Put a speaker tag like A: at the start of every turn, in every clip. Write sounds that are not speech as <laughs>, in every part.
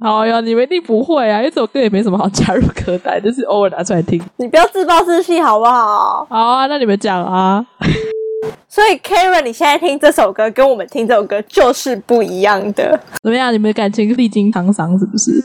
A: 好呀，你们一定不会啊，因为这首歌也没什么好加入歌单，就是偶尔拿出来听。
B: 你不要自暴自弃好不好？
A: 好啊，那你们讲啊。
B: 所以 Karen，你现在听这首歌跟我们听这首歌就是不一样的。
A: 怎么样？你们感情历经沧桑是不是？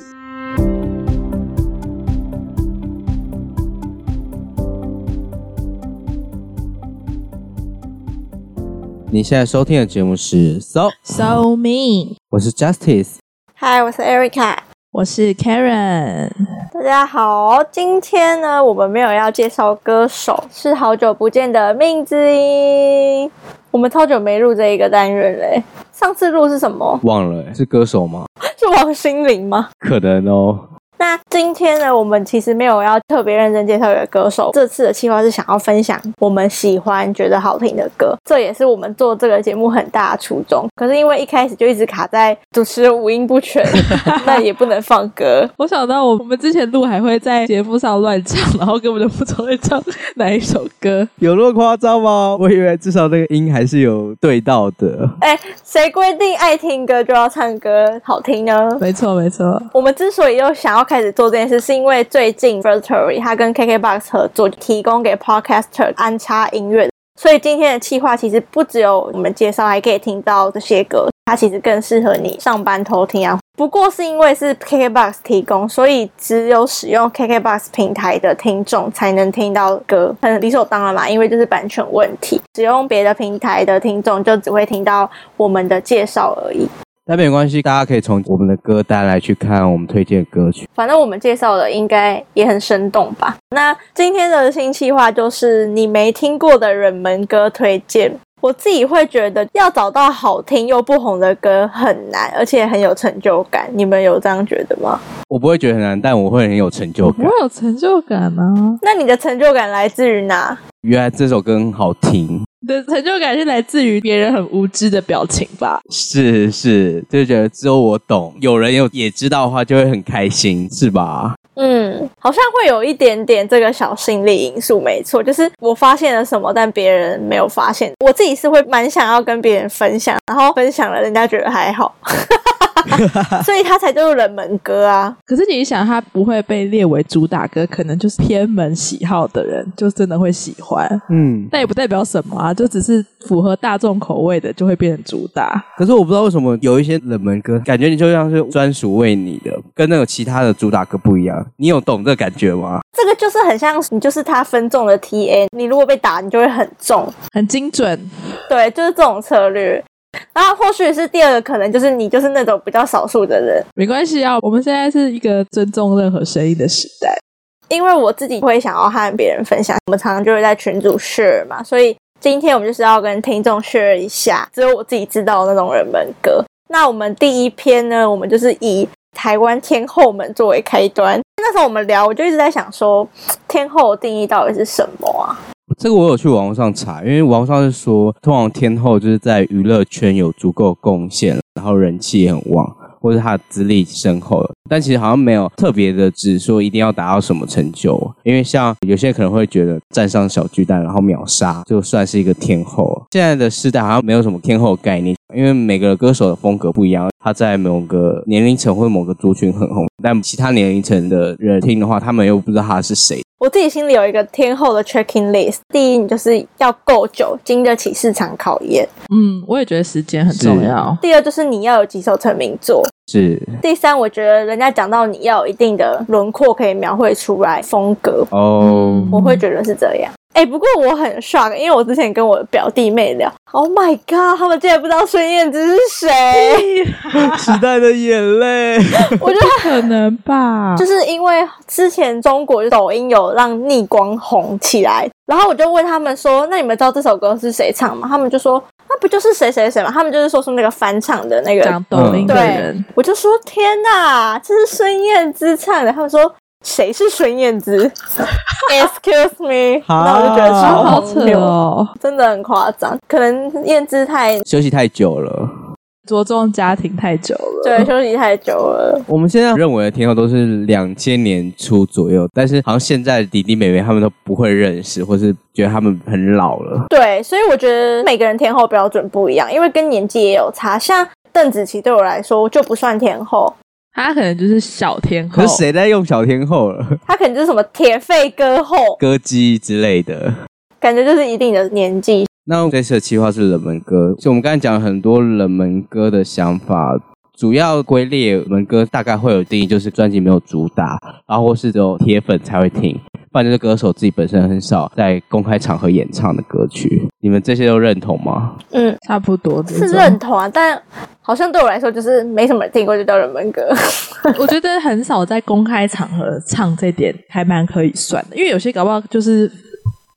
C: 你现在收听的节目是 So，
A: So mean，
C: 我是 Justice。
B: 嗨，我是 Erica。
A: 我是 Karen。
B: 大家好，今天呢，我们没有要介绍歌手，是好久不见的命之音。我们超久没录这一个单元嘞，上次录是什么？
C: 忘了、欸、是歌手吗？
B: <laughs> 是王心凌吗？
C: 可能哦。
B: 那今天呢，我们其实没有要特别认真介绍一个歌手，这次的计划是想要分享我们喜欢、觉得好听的歌，这也是我们做这个节目很大的初衷。可是因为一开始就一直卡在主持人五音不全， <laughs> 那也不能放歌，
A: 我想到我我们之前录还会在节目上乱唱，然后根本就不知道在唱哪一首歌。
C: 有那么夸张吗？我以为至少那个音还是有对到的。
B: 哎，谁规定爱听歌就要唱歌好听呢？
A: 没错，没错。
B: 我们之所以又想要开始做这件事，是因为最近 f i r t o r y 它跟 KKBOX 合作，提供给 Podcaster 安插音乐。所以今天的企划其实不只有我们介绍，还可以听到这些歌，它其实更适合你上班偷听啊。不过是因为是 KKBOX 提供，所以只有使用 KKBOX 平台的听众才能听到歌，很理所当然嘛，因为就是版权问题。使用别的平台的听众就只会听到我们的介绍而已。
C: 但没关系，大家可以从我们的歌单来去看我们推荐的歌曲。
B: 反正我们介绍的应该也很生动吧。那今天的新计划就是你没听过的人们歌推荐。我自己会觉得要找到好听又不红的歌很难，而且很有成就感。你们有这样觉得吗？
C: 我不会觉得很难，但我会很有成就感
A: 我。有成就感啊！
B: 那你的成就感来自于哪？
C: 原来这首歌很好听，
A: 你的成就感是来自于别人很无知的表情吧？
C: 是是，就觉得只有我懂，有人有也知道的话就会很开心，是吧？
B: 嗯，好像会有一点点这个小心理因素，没错，就是我发现了什么，但别人没有发现。我自己是会蛮想要跟别人分享，然后分享了，人家觉得还好，所以它才叫做冷门歌啊。
A: 可是你想，他不会被列为主打歌，可能就是偏门喜好的人就真的会喜欢，
C: 嗯，
A: 但也不代表什么啊，就只是符合大众口味的就会变成主打。
C: 可是我不知道为什么有一些冷门歌，感觉你就像是专属为你的，跟那种其他的主打歌不一样。你有懂这感觉吗？
B: 这个就是很像你就是他分众的 TA，你如果被打，你就会很重，
A: 很精准，
B: 对，就是这种策略。然后或许是第二个可能，就是你就是那种比较少数的人，
A: 没关系啊。我们现在是一个尊重任何声音的时代，
B: 因为我自己会想要和别人分享，我们常常就会在群组 share 嘛，所以今天我们就是要跟听众 share 一下，只有我自己知道的那种人们歌。那我们第一篇呢，我们就是以台湾天后们作为开端。那时候我们聊，我就一直在想说，天后的定义到底是什么啊？
C: 这个我有去网络上查，因为网络上是说，通常天后就是在娱乐圈有足够贡献，然后人气也很旺，或者他的资历深厚。但其实好像没有特别的指说一定要达到什么成就，因为像有些人可能会觉得站上小巨蛋然后秒杀就算是一个天后。现在的时代好像没有什么天后概念，因为每个歌手的风格不一样，他在某个年龄层或某个族群很红，但其他年龄层的人听的话，他们又不知道他是谁，
B: 我自己心里有一个天后的 checking list，第一，你就是要够久，经得起市场考验；
A: 嗯，我也觉得时间很重要。
B: 第二，就是你要有几首成名作；
C: 是
B: 第三，我觉得人家讲到你要有一定的轮廓可以描绘出来风格，
C: 哦。
A: 嗯
B: 我会觉得是这样。哎、不过我很 shock，因为我之前跟我的表弟妹聊，Oh my god，他们竟然不知道孙燕姿是
A: <laughs>
B: 谁，
C: 时代的眼泪。
B: 我觉得
A: 哎不可能吧？
B: 就是因为之前中国抖音有让逆光红起来，然后我就问他们说：“那你们知道这首歌是谁唱吗？”他们就说：“那不就是谁谁谁吗？”他们就是说出那个翻唱的那个
A: 讲。抖音的
B: 对
A: 人，，
B: 我就说：“天哪，这是孙燕姿唱的。”他们说。谁是孙
A: <laughs>
B: 燕姿？Excuse me，
C: 啊
B: 然后我就觉得超
A: 好
B: 荒
A: 扯
B: 谬，
A: 哦。
B: 真的很夸张。可能燕姿太
C: <laughs> 休息太久了。
A: 着重家庭太久了。
B: 对，休息太久了，
C: 我们现在认为的天后都是两千年初左右，但是好像现在的弟弟妹妹他们都不会认识，或是觉得他们很老了。
B: 对，所以我觉得每个人天后标准不一样，因为跟年纪也有差。像邓紫棋对我来说就不算天后，
A: 他可能就是小天后
C: 可是，谁在用小天后了？
B: 他可能就是什么铁肺歌后，
C: 歌姬之类的。
B: 感觉就是一定的年纪。
C: 那这次的计划是冷门歌，所以我们刚才讲了很多冷门歌的想法，主要归列冷门歌大概会有定义，就是专辑没有主打，然后或是只有铁粉才会听，不然就是歌手自己本身很少在公开场合演唱的歌曲。你们这些都认同吗？
B: 嗯，
A: 差不多这
B: 是
A: 种
B: 认同啊，但好像对我来说就是没什么人听过，就叫人们歌。
A: <laughs> 我觉得很少在公开场合唱这点，还蛮可以算的，因为有些搞不好就是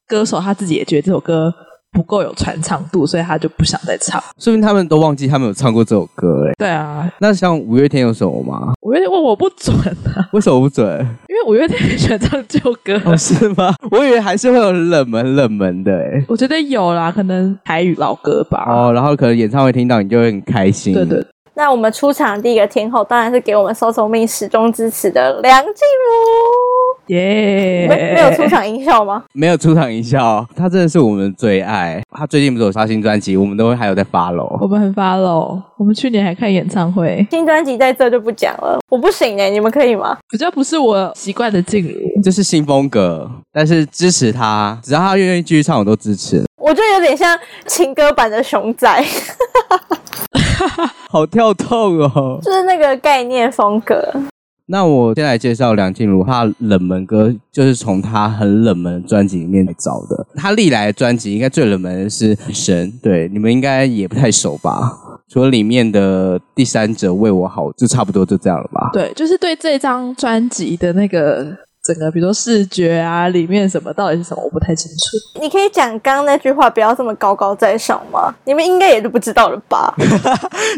A: 歌手他自己也觉得这首歌不够有传唱度，所以他就不想再唱。
C: 说明他们都忘记他们有唱过这首歌、欸，
A: 对啊，
C: 那像五月天有什么吗？ <laughs>
A: 五月天问我不准啊，
C: 为什么不准？ <laughs>
A: 因为五月天很喜欢唱旧歌。
C: 哦，是吗？我以为还是会有冷门冷门的、欸，
A: 我觉得有啦，可能台语老歌吧。
C: 哦，然后可能演唱会听到你就会很开心。
A: 对对，
B: 那我们出场第一个天后当然是给我们搜搜命始终支持的梁静茹。
A: 耶、
B: 没没有出场音效吗？
C: 没有出场一笑，他真的是我们的最爱。他最近不是有发新专辑，我们都会还有在发喽。
A: 我们很 follow，我们去年还看演唱会，
B: 新专辑在这就不讲了，我不行哎、你们可以吗？
A: 比较不是我习惯的静茹。
C: 这是新风格，但是支持他，只要他愿意继续唱，我都支持。
B: 我觉得有点像情歌版的熊仔， <laughs>
C: 好跳痛哦！
B: 就是那个概念风格。
C: 那我先来介绍梁静茹，她冷门歌就是从她很冷门的专辑里面来找的。她历来的专辑应该最冷门的是《神》，对，你们应该也不太熟吧？除了里面的《第三者为我好》，就差不多就这样了吧？
A: 对，就是对这张专辑的那个整个，比如说视觉啊，里面什么到底是什么，我不太清楚。
B: 你可以讲刚刚那句话，不要这么高高在上吗？你们应该也都不知道了吧？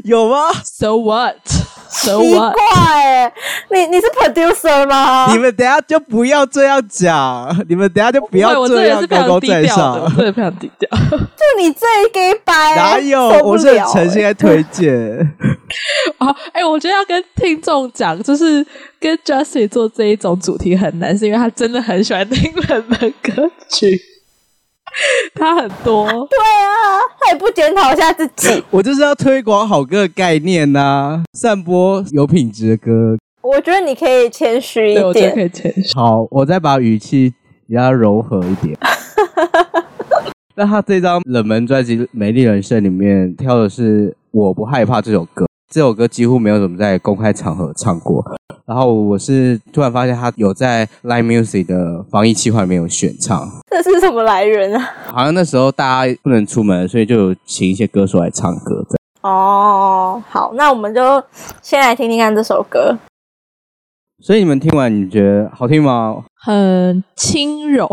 C: 有吗？
A: So
C: <laughs>
A: what？So
B: 奇
A: what？
B: 怪、欸，你你是 producer
A: <laughs>
B: 吗？
C: 你们等一下就不要这样讲，你们等一下就不
A: 对
C: 要
A: 我这
C: 这
A: 也
C: 样
A: 是非
C: 高
A: 常
C: 高
A: 低
C: 在
A: 调的，我
C: 上。
A: 真的非常低调。
B: 就你最 gay 白、
A: 哎
C: 哪有？
B: 受不
C: 我是
B: 了、欸
C: 很诚心在推荐。
A: 哦，哎、我觉得要跟听众讲，就是跟 Justin 做这一种主题很难，是因为他真的很喜欢听冷门歌曲，他很多。
B: 对啊，他也不检讨一下自己。
C: <laughs> 我就是要推广好歌的概念呐、散播有品质的歌。
B: 我觉得你可以谦
A: 对，
B: 虚一
A: 我觉得可
B: 点。
A: 以谦虚。
C: 好，我再把语气比较柔和一点。那他这张冷门专辑《美丽人生》里面挑的是《我不害怕》这首歌，这首歌几乎没有怎么在公开场合唱过。然后我是突然发现他有在 Live Music 的防疫计划里面有选唱，
B: <laughs> 这是什么来源啊？
C: 好像那时候大家不能出门，所以就有请一些歌手来唱歌。这样
B: 哦，好，那我们就先来听听看这首歌。
C: 所以你们听完，你觉得好听吗？
A: 很轻柔，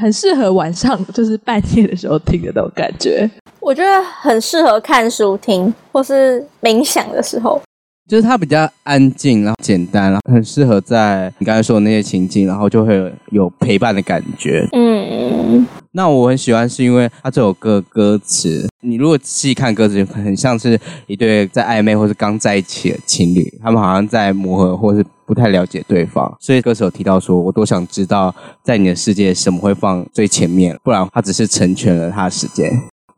A: 很适合晚上就是半夜的时候听的那种感觉。
B: 我觉得很适合看书听，或是冥想的时候。
C: 就是它比较安静，然后简单，然后很适合在你刚才说的那些情境，然后就会有陪伴的感觉。
B: 嗯，
C: 那我很喜欢，是因为它这首歌的歌词，你如果细看歌词，很像是一对在暧昧或是刚在一起的情侣，他们好像在磨合或是不太了解对方。所以歌手提到说：“我多想知道，在你的世界什么会放最前面，不然他只是成全了他的时间。”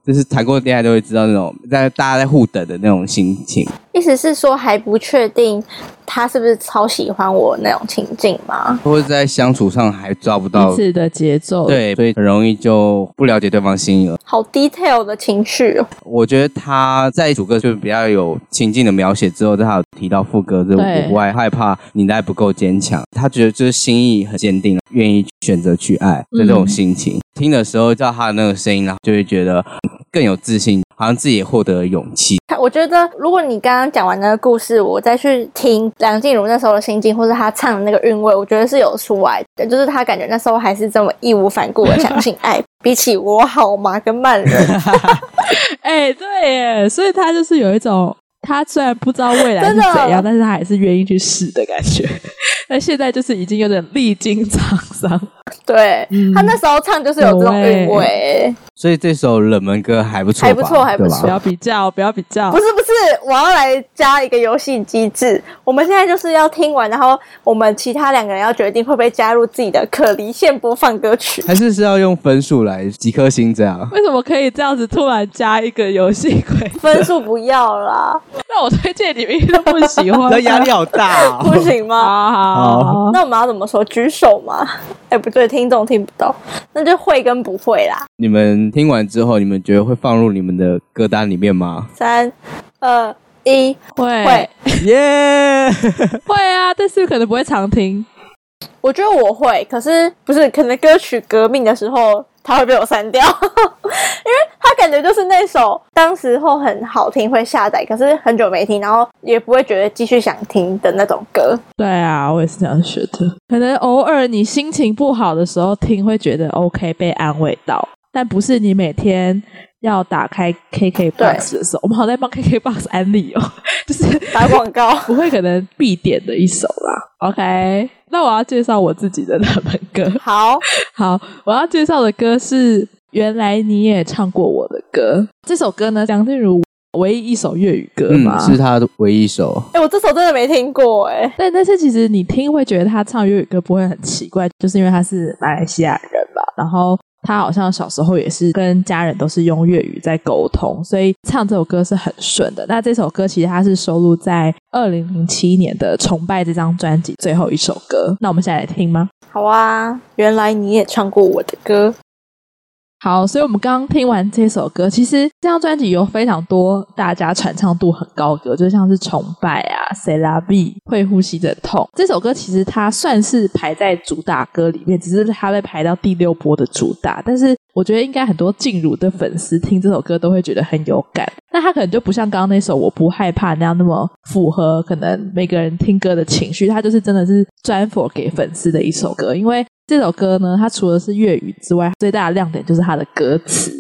C: 就是谈过恋爱都会知道那种在大家在互等的那种心情。
B: 意思是说还不确定他是不是超喜欢我那种情境吗？
C: 或者在相处上还抓不
A: 彼
C: 到，
A: 此的节奏，，
C: 对，所以很容易就不了解对方心意了。
B: 好 detail 的情绪、哦，
C: 我觉得他在主歌就比较有情境的描写之后，他有提到副歌，就是
A: 对
C: 我不爱害怕你的爱不够坚强，他觉得就是心意很坚定，愿意选择去爱
B: 嗯
C: 的这种心情。听的时候叫他的那个声音，然后就会觉得更有自信，好像自己也获得了勇气。
B: 看，我觉得如果你刚刚讲完那个故事，我再去听梁静茹那时候的心境，或是她唱的那个韵味，我觉得是有出来的，就是她感觉那时候还是这么义无反顾的相信爱。比起我好吗跟慢人，
A: 哎、对耶，所以他就是有一种，他虽然不知道未来是
B: 真的
A: 怎样，但是他还是愿意去试的感觉。 <laughs> 但现在就是已经有点历经沧桑，
B: 对、
A: 嗯
B: 她那时候唱就是有这种韵
A: 有欸
B: 味，
C: 所以这首冷门歌还不错吧，
B: 还不错还不
C: 对吧
A: 不要比较，不要比较
B: 不。是不是，我要来加一个游戏机制。我们现在就是要听完，然后我们其他两个人要决定会不会加入自己的可离线播放歌曲。
C: 还是是要用分数来几颗星
B: <laughs>
C: 这样？
A: 为什么可以这样子突然加一个游戏规则？ <laughs>
B: 分数不要啦，
A: 那我推荐你们都不喜欢，
C: 那压力好大、哦。
B: 不行吗？
A: 好好好，
B: 那我们要怎么说？举手吗？哎、不对，听众听不到，那就会跟不会啦。
C: 你们听完之后，你们觉得会放入你们的歌单里面吗？
B: 三、二、一，
A: 会
B: 会。
C: 耶、
A: 会啊，但是可能不会常听。
B: 我觉得我会，可是不是？可能歌曲革命的时候，它会被我删掉， <laughs> 因为它感觉就是那首当时候很好听，会下载，可是很久没听，然后也不会觉得继续想听的那种歌。
A: 对啊，我也是这样觉得。可能偶尔你心情不好的时候听，会觉得 OK 被安慰到，但不是你每天要打开 KKBox 的时候，我们好在帮 KKBox 安利哦， <laughs> 就是
B: 打广告
A: 不会可能必点的一首啦。OK，那我要介绍我自己的冷门歌。 <laughs>
B: 好，
A: 好，我要介绍的歌是《原来你也唱过我的歌》。这首歌呢，梁静茹唯一一首粤语歌嘛，
C: 嗯，是他的唯一一首。
B: 哎、我这首真的没听过、哎，
A: 但但是其实你听会觉得他唱粤语歌不会很奇怪，就是因为他是马来西亚人吧，然后。他好像小时候也是跟家人都是用粤语在沟通，所以唱这首歌是很顺的。那这首歌其实它是收录在二零零七年的《崇拜》这张专辑最后一首歌。那我们现在来听吗？
B: 好啊，原来你也唱过我的歌，
A: 好，所以我们刚刚听完这首歌，其实这张专辑有非常多大家传唱度很高的歌，就像是《崇拜》啊，《谁拉 B》会呼吸的痛这首歌，其实它算是排在主打歌里面，只是它被排到第六波的主打。但是我觉得应该很多静茹的粉丝听这首歌都会觉得很有感。那它可能就不像刚刚那首《我不害怕》那样那么符合可能每个人听歌的情绪，它就是真的是专 for 给粉丝的一首歌，因为这首歌呢，它除了是粤语之外，最大的亮点就是它的歌词。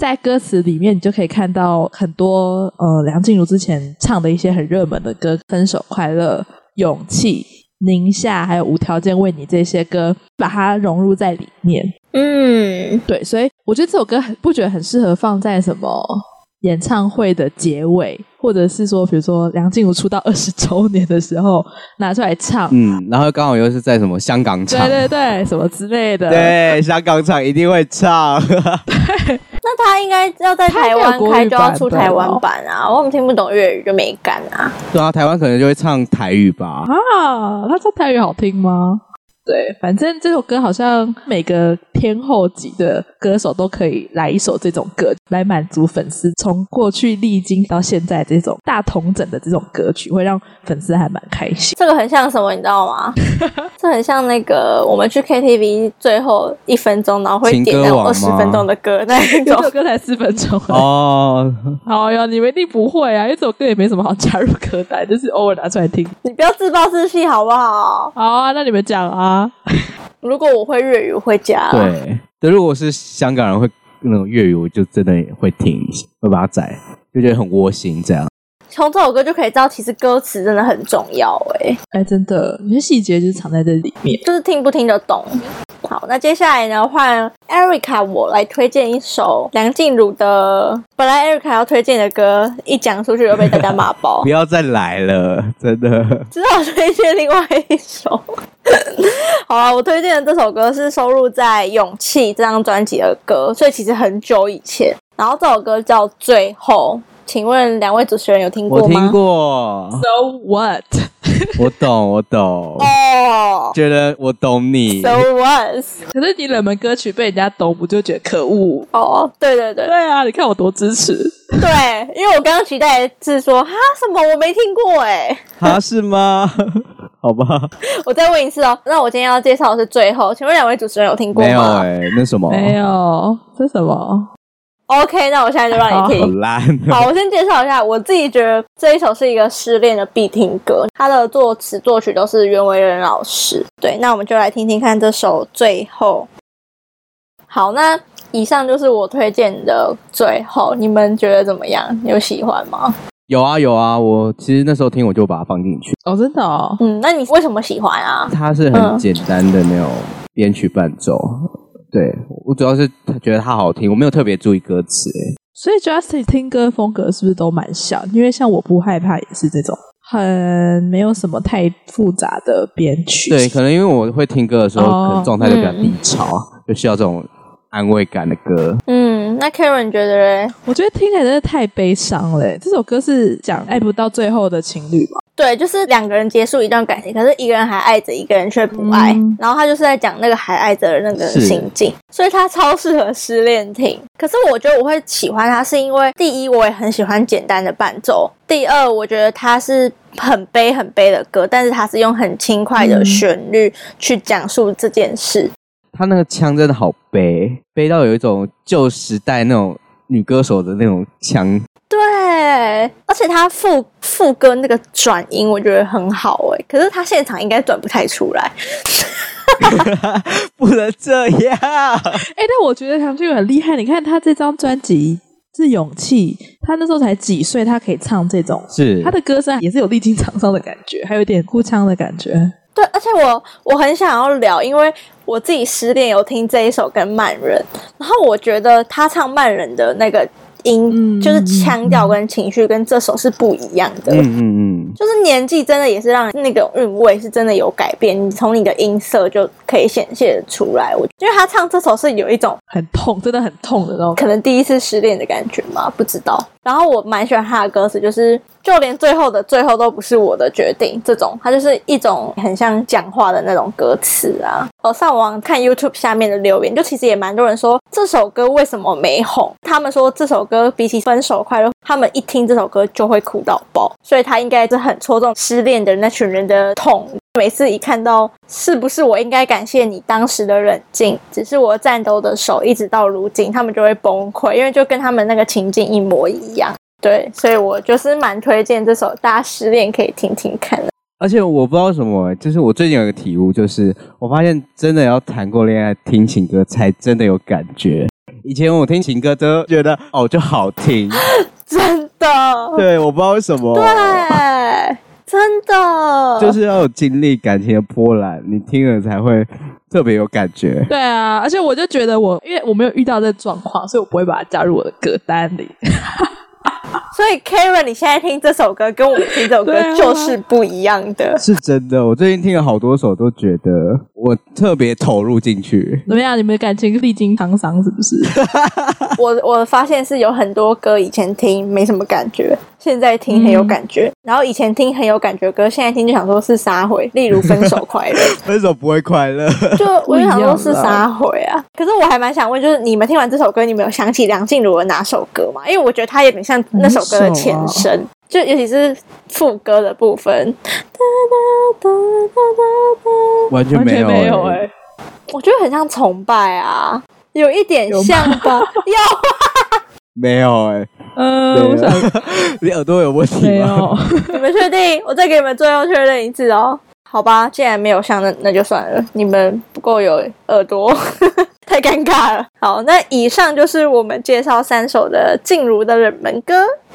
A: 在歌词里面，你就可以看到很多呃梁静茹之前唱的一些很热门的歌，《分手快乐》《勇气》《宁夏》还有《无条件为你》这些歌，把它融入在里面。
B: 嗯，
A: 对，所以我觉得这首歌很不觉得很适合放在什么演唱会的结尾，或者是说，比如说梁静茹出道二十周年的时候拿出来唱，
C: 嗯，然后刚好又是在什么香港
A: 对
C: 唱，
A: 对对，什么之类的。
C: 对香港场一定会唱。
B: 那他应该要在台湾开，就要出台湾版啊。我们听不懂粤语就没敢啊。
C: 对啊，台湾可能就会唱台语吧。
A: 啊，他唱台语好听吗？对，反正这首歌好像每个天后级的歌手都可以来一首这种歌，来满足粉丝从过去历经到现在这种大同整的这种歌曲，会让粉丝还蛮开 <laughs> 心。
B: 这个很像什么，你知道吗？这很像那个我们去 KTV 最后一分钟，然后会
C: 情歌
B: 点那种
C: 王
B: 二十
C: 吗
B: 分钟的歌那一
A: 这
B: 种
A: 首。 <laughs> 歌才四分钟而已
C: 哦，
A: 好哟，你们一定不会啊，因为这首歌也没什么好加入歌单，就是偶尔拿出来听。
B: 你不要自暴自弃好不好？
A: 好啊，那你们讲啊。
B: 如果我会粤语，我会加。，
C: 对，对，如果是香港人会那种粤语，我就真的会听，会把它载，就觉得很窝心这样。
B: 从这首歌就可以知道，其实歌词真的很重要哎、
A: 哎，真的，有些细节就是藏在这里面。
B: 就是听不听得懂。好，那接下来呢，换 Erica 我来推荐一首梁静茹的。本来 Erica 要推荐的歌，一讲出去就被大家骂爆
C: <laughs> 不。要再来了，真的。
B: 只好推荐另外一首。 <laughs> 好啊，我推荐的这首歌是收录在《勇气》这张专辑的歌，所以其实很久以前。然后这首歌叫《最后》，请问两位主持人有听
C: 我
B: 过
C: 听
B: 吗？
C: 过，
A: So what？
C: 我懂，我懂，
B: 哦、
C: 觉得我懂你
B: s。o was
A: 可是你冷门歌曲被人家懂，不就觉得可恶？
B: 哦、对对
A: <laughs>
B: 对
A: 对啊，你看我多支持。
B: 对，因为我刚刚期待的是说哈什么我没听过哎、
C: 他是吗？ <laughs> 好吧，
B: 我再问一次哦。那我今天要介绍的是《最后》，请问两位主持人有听过
C: 没有
B: 吗、
C: 哎、那什么，
A: 没有，这什么？
B: o k 那我现在就让你听
C: 好。烂 <laughs> 哦、
B: 好，我先介绍一下，我自己觉得这一首是一个失恋的必听歌，它的作词作曲都是袁惟仁老师。对，那我们就来听听看这首《最后》。好，那以上就是我推荐的《最后》，你们觉得怎么样？有喜欢吗？
C: 有啊有啊，我其实那时候听我就把它放进去，
A: 哦，真的哦。
B: 嗯嗯，那你为什么喜欢啊？
C: 它是很简单的那种编曲伴奏，对我主要是觉得它好听，我没有特别注意歌词、欸。
A: 所以 Justin 听歌风格是不是都蛮像？因为像我不害怕也是这种很没有什么太复杂的编曲，
B: <laughs>
C: 对，可能因为我会听歌的时候，
A: 哦
C: 可能状态就比较低潮，就需要这种安慰感的歌。
B: 嗯，那 Karen 觉得嘞？
A: 我觉得听起来真的太悲伤了欸。这首歌是讲爱不到最后的情侣嘛？
B: 对，就是两个人结束一段感情，可是一个人还爱着，一个人却不爱。
A: 嗯
B: 然后他就是在讲那个还爱着的那个
C: 是
B: 心境，所以他超适合失恋听。可是我觉得我会喜欢他，是因为第一我也很喜欢简单的伴奏，第二我觉得他是很悲很悲的歌，但是他是用很轻快的
A: 嗯
B: 旋律去讲述这件事。
C: 她那个腔真的好悲，悲到有一种旧时代那种女歌手的那种腔。
B: 对，而且他副副歌那个转音，我觉得很好哎、可是他现场应该转不太出来。
C: <laughs> 不能这样。
A: 哎、但我觉得唐俊宇很厉害。你看他这张专辑是《勇气》，他那时候才几岁，他可以唱这种，
C: 是
A: 他的歌声也是有历经沧桑的感觉，还有一点哭腔的感觉。
B: 对，而且我我很想要聊，因为我自己失恋有听这一首跟慢人，然后我觉得他唱慢人的那个音，
A: 嗯
B: 就是腔调跟情绪跟这首是不一样的。
C: 嗯嗯嗯，
B: 就是年纪真的也是让人那种韵味是真的有改变，你从你的音色就可以显现得出来。我因为他唱这首是有一种
A: 很痛，真的很痛的那种。
B: 可能第一次失恋的感觉嘛，不知道。然后我蛮喜欢他的歌词，就是就连最后的最后都不是我的决定，这种他就是一种很像讲话的那种歌词啊。我上网看 YouTube 下面的留言，就其实也蛮多人说这首歌为什么没红，他们说这首歌比起《分手快乐》，他们一听这首歌就会哭到爆，所以他应该是很戳中失恋的那群人的痛。每次一看到是不是我应该感谢你当时的冷静，只是我颤抖的手一直到如今，他们就会崩溃，因为就跟他们那个情境一模一样。对，所以我就是蛮推荐这首，大家失恋可以听听看的。
C: 而且我不知道为什么、就是我最近有个体悟，就是我发现真的要谈过恋爱，听情歌才真的有感觉。以前我听情歌都觉得哦就好
A: <laughs>
C: 听，
B: 真的，
C: 对，我不知道为什么，
B: 对，真的，
C: 就是要有经历感情的波澜，你听了才会特别有感觉。
A: 对啊，而且我就觉得我，因为我没有遇到这状况，所以我不会把它加入我的歌单
C: <laughs>
A: 里。
B: 所以 Karen，你现在听这首歌跟我们听这首歌
A: 对啊
B: 就是不一样的。
C: 是真的，我最近听了好多首，都觉得我特别投入
A: <laughs>
C: 进去。
A: 怎么样？你们的感情历经沧桑是不
C: <laughs>
A: 是？
B: 我我发现是有很多歌以前听没什么感觉，现在听很有感觉，然后以前听很有感觉的歌，现在听就想说是啥回，例如《分手快 <laughs> 乐
C: 分手不会快乐，》，
B: 就我就想说是啥回啊。可是我还蛮想问，就是你们听完这首歌，你们有想起梁静茹的哪首歌吗？因为我觉得它也很像那首啊歌的前身，就尤其是副歌的部分。
C: 完全
A: 完
C: 没
A: 全
C: 有、
A: 没有哎、
C: 欸
B: 我觉得很像崇拜啊，有一点像吧？有，
C: 没有哎、
A: 呃，
C: 对
A: 我想
C: <laughs> 你耳朵有问题
A: 没
C: 吗？
A: 有。
B: <laughs> 你们确定？我再给你们最后确认一次哦。好吧，既然没有像那那就算了，你们不够有耳朵， <laughs> 太尴尬了。好，那以上就是我们介绍三首的静茹的冷门歌。